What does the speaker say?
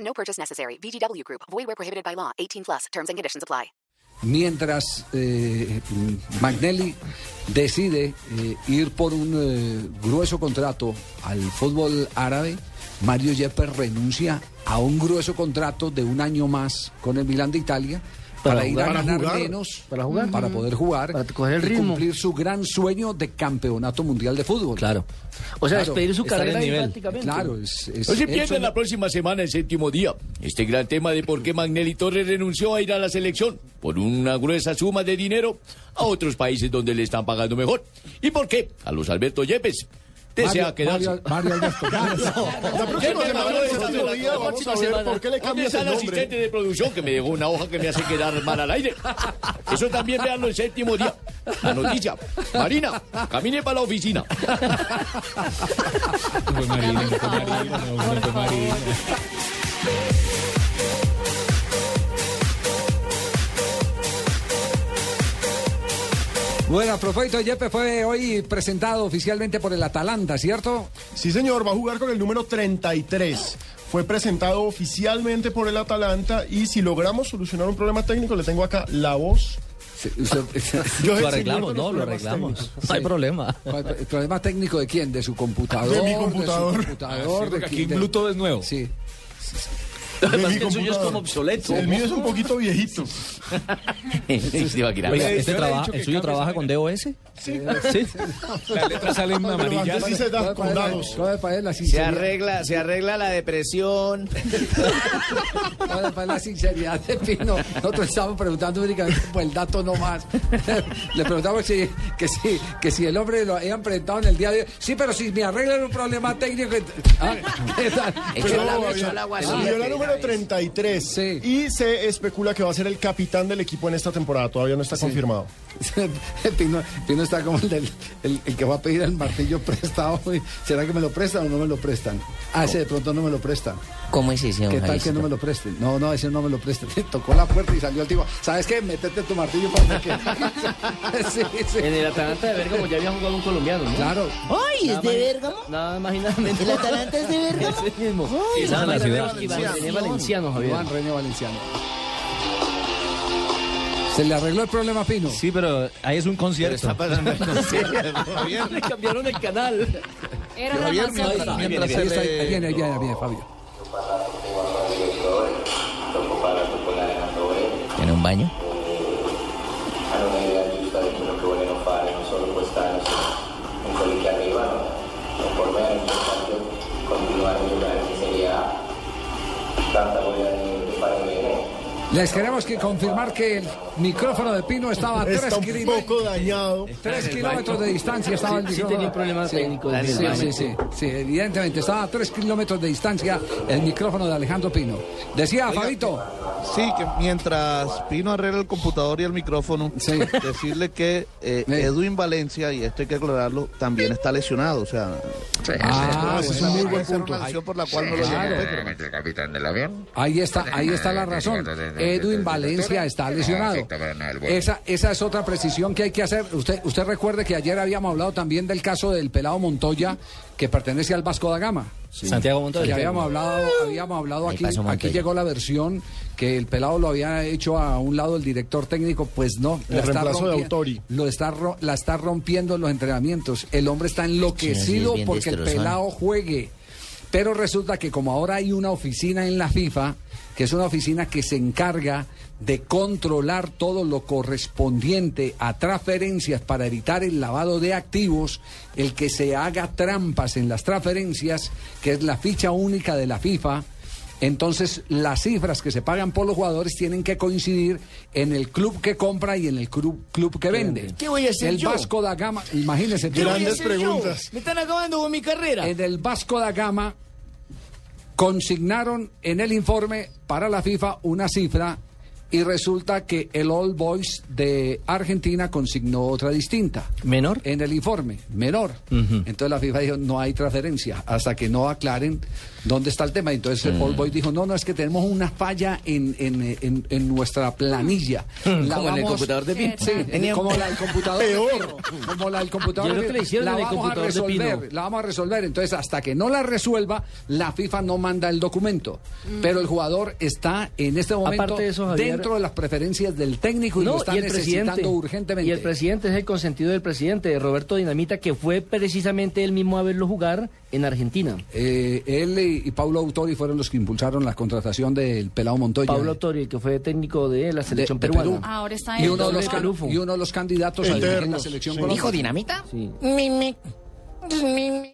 No purchase necessary. VGW Group. Void where prohibited by law. 18 plus. Terms and conditions apply. Mientras eh, Magnelli decide eh, ir por un eh, grueso contrato al fútbol árabe, Mario Yepes renuncia a un grueso contrato de un año más con el Milán de Italia para, Para ir jugar, a para ganar jugar, menos, para jugar. para poder jugar Para coger el y ritmo. cumplir su gran sueño de campeonato mundial de fútbol. Claro. O sea, Claro, despedir su estar carrera en ahí nivel. prácticamente. Claro, es, es- No se eso pierdan no- la próxima semana, el séptimo día, este gran tema de por qué Magnelli Torres renunció a ir a la selección por una gruesa suma de dinero a otros países donde le están pagando mejor. ¿Y por qué? A los Alberto Yepes. Desea Mario- quedarse. Mario- Mario Alberto. La próxima semana, el séptimo día, vamos a ver por qué le cambias está el el nombre? asistente de producción que me dejó una hoja que me hace quedar mal al aire? Eso también veanlo el séptimo día. La noticia. Marina, camine para la oficina. Bueno, a propósito, Yepes fue hoy presentado oficialmente por el Atalanta, ¿cierto? Sí, señor, va a jugar con el número 33. Fue presentado oficialmente por el Atalanta y si logramos solucionar un problema técnico, le tengo acá la voz. Yo soy Lo el señor arreglamos, de los no, lo problemas arreglamos. técnicos. No hay problema. ¿El problema técnico de quién? ¿De su computador? De mi su computador. Ah, computador, de quién? De- es nuevo. Sí. De mi es que el suyo es computador. como obsoleto. El mío es un poquito viejito. Se va a quitar. Oiga, este trabaja, ¿el suyo trabaja con DOS? Sí. Las letras salen Pero antes sí se da con dados. Todo para la Se sinceridad. arregla, se arregla la depresión. Todo para la sinceridad de Pino. Nosotros estábamos preguntando únicamente por el dato nomás. Le preguntamos si, que, si, que si el hombre lo habían presentado en el día de hoy. Sí, pero si me arreglan un problema técnico. Ah, ¿qué tal? Echó Pero al agua, bien, echó al agua, se sí, dio la de número una vez. 33 Sí. y se especula que va a ser el capitán del equipo en esta temporada. Todavía no está confirmado. Pino, Pino está como el, del- el- el que va a pedir el martillo prestado. ¿Será que me lo prestan o no me lo prestan? Ah, ese de pronto no me lo prestan. ¿Cómo es ese, ¿Qué tal que no me lo presten? No, no, ese no me lo presten. Tocó la puerta y salió el tipo. ¿Sabes qué? Métete tu martillo para que... sí, sí. En el Atalanta de Bergamo ya había jugado un colombiano, ¿no? Claro. ¡Ay, es de Bérgamo! Nada más y nada menos. ¿El Atalanta es de Bérgamo? Ese mismo. Ay, Nada más y nada menos que Iván Valenciano. René Valenciano, Javier. Juan René Valenciano. ¿Se le arregló el problema a Pino? Sí, pero ahí es un concierto. Le cambiaron el canal. Era Mientras- la mientras Ahí está, ahí viene, ahí viene, ahí viene, Fabio. ¿Tiene un baño? Les queremos que confirmar que el micrófono de Pino estaba a tres, Está un kilómetros- poco dañado. tres kilómetros de distancia. Estaba el Sí micrófono. tenía un problema técnico. Sí, del sí, baño. sí, sí, sí, evidentemente. Estaba a tres kilómetros de distancia el micrófono de Alejandro Pino. Decía, Fabito. Sí, que mientras Pino arregla el computador y el micrófono, Sí. decirle que eh, Sí. Edwin Valencia, y esto hay que aclararlo, también está lesionado. O sea, Ah, ese es bueno. un muy puede buen ser punto. una lesión por la cual no lo Claro. llamó, pero- Ahí está, ahí está la razón. Edwin Valencia está lesionado. Esa, esa es otra precisión que hay que hacer. Usted, usted recuerde que ayer habíamos hablado también del caso del pelado Montoya, que pertenece al Vasco da Gama. Santiago Que Montoya. habíamos hablado, habíamos hablado Ahí aquí, pasó Montoya. aquí llegó la versión que el pelado lo había hecho a un lado el director técnico, pues no, El la está reemplazo de rompie- Autori. Lo está ro- la está rompiendo en los entrenamientos. El hombre está Sí, no, sí, enloquecido es bien ¿eh? porque el destrozón. pelado juegue. Pero resulta que como ahora hay una oficina en la FIFA, que es una oficina que se encarga de controlar todo lo correspondiente a transferencias para evitar el lavado de activos, el que se haga trampas en las transferencias, que es la ficha única de la FIFA, entonces las cifras que se pagan por los jugadores tienen que coincidir en el club que compra y en el club, club que vende. ¿Qué voy a hacer El yo? Vasco da Gama, imagínese. Grandes preguntas. Me están acabando con mi carrera. En el Vasco da Gama consignaron en el informe para la FIFA una cifra y resulta que el All Boys de Argentina consignó otra distinta. ¿Menor? En el informe, menor. Entonces la FIFA dijo, no hay transferencia hasta que no aclaren dónde está el tema. Entonces el Mm. All Boys dijo, no, no, es que tenemos una falla en, en- en- en nuestra planilla. Mm, como en el computador de Pino. Sí, Tenía- como la del computador de Pino. Como la del Y computador el de otro Pino. le hicieron La en el vamos a computador de Pino. resolver, la vamos a resolver. Entonces, hasta que no la resuelva, la FIFA no manda el documento. Pero el jugador está en este momento Mm. Aparte de eso, Javier- dentro de las preferencias del técnico y lo está necesitando urgentemente. Y el presidente es el consentido del presidente, Roberto Dinamita, que fue precisamente él mismo a verlo jugar en Argentina. Eh, él y, y Paulo Autori fueron los que impulsaron la contratación del pelado Montoya. Pablo Tori, que fue técnico de la selección de peruana. Perú. Ahora está y en uno, de los Doble can- pelufo. y uno de los candidatos a dirigir la selección colombiana. ¿Dijo dinamita? Sí. Mi, mi, mi, mi.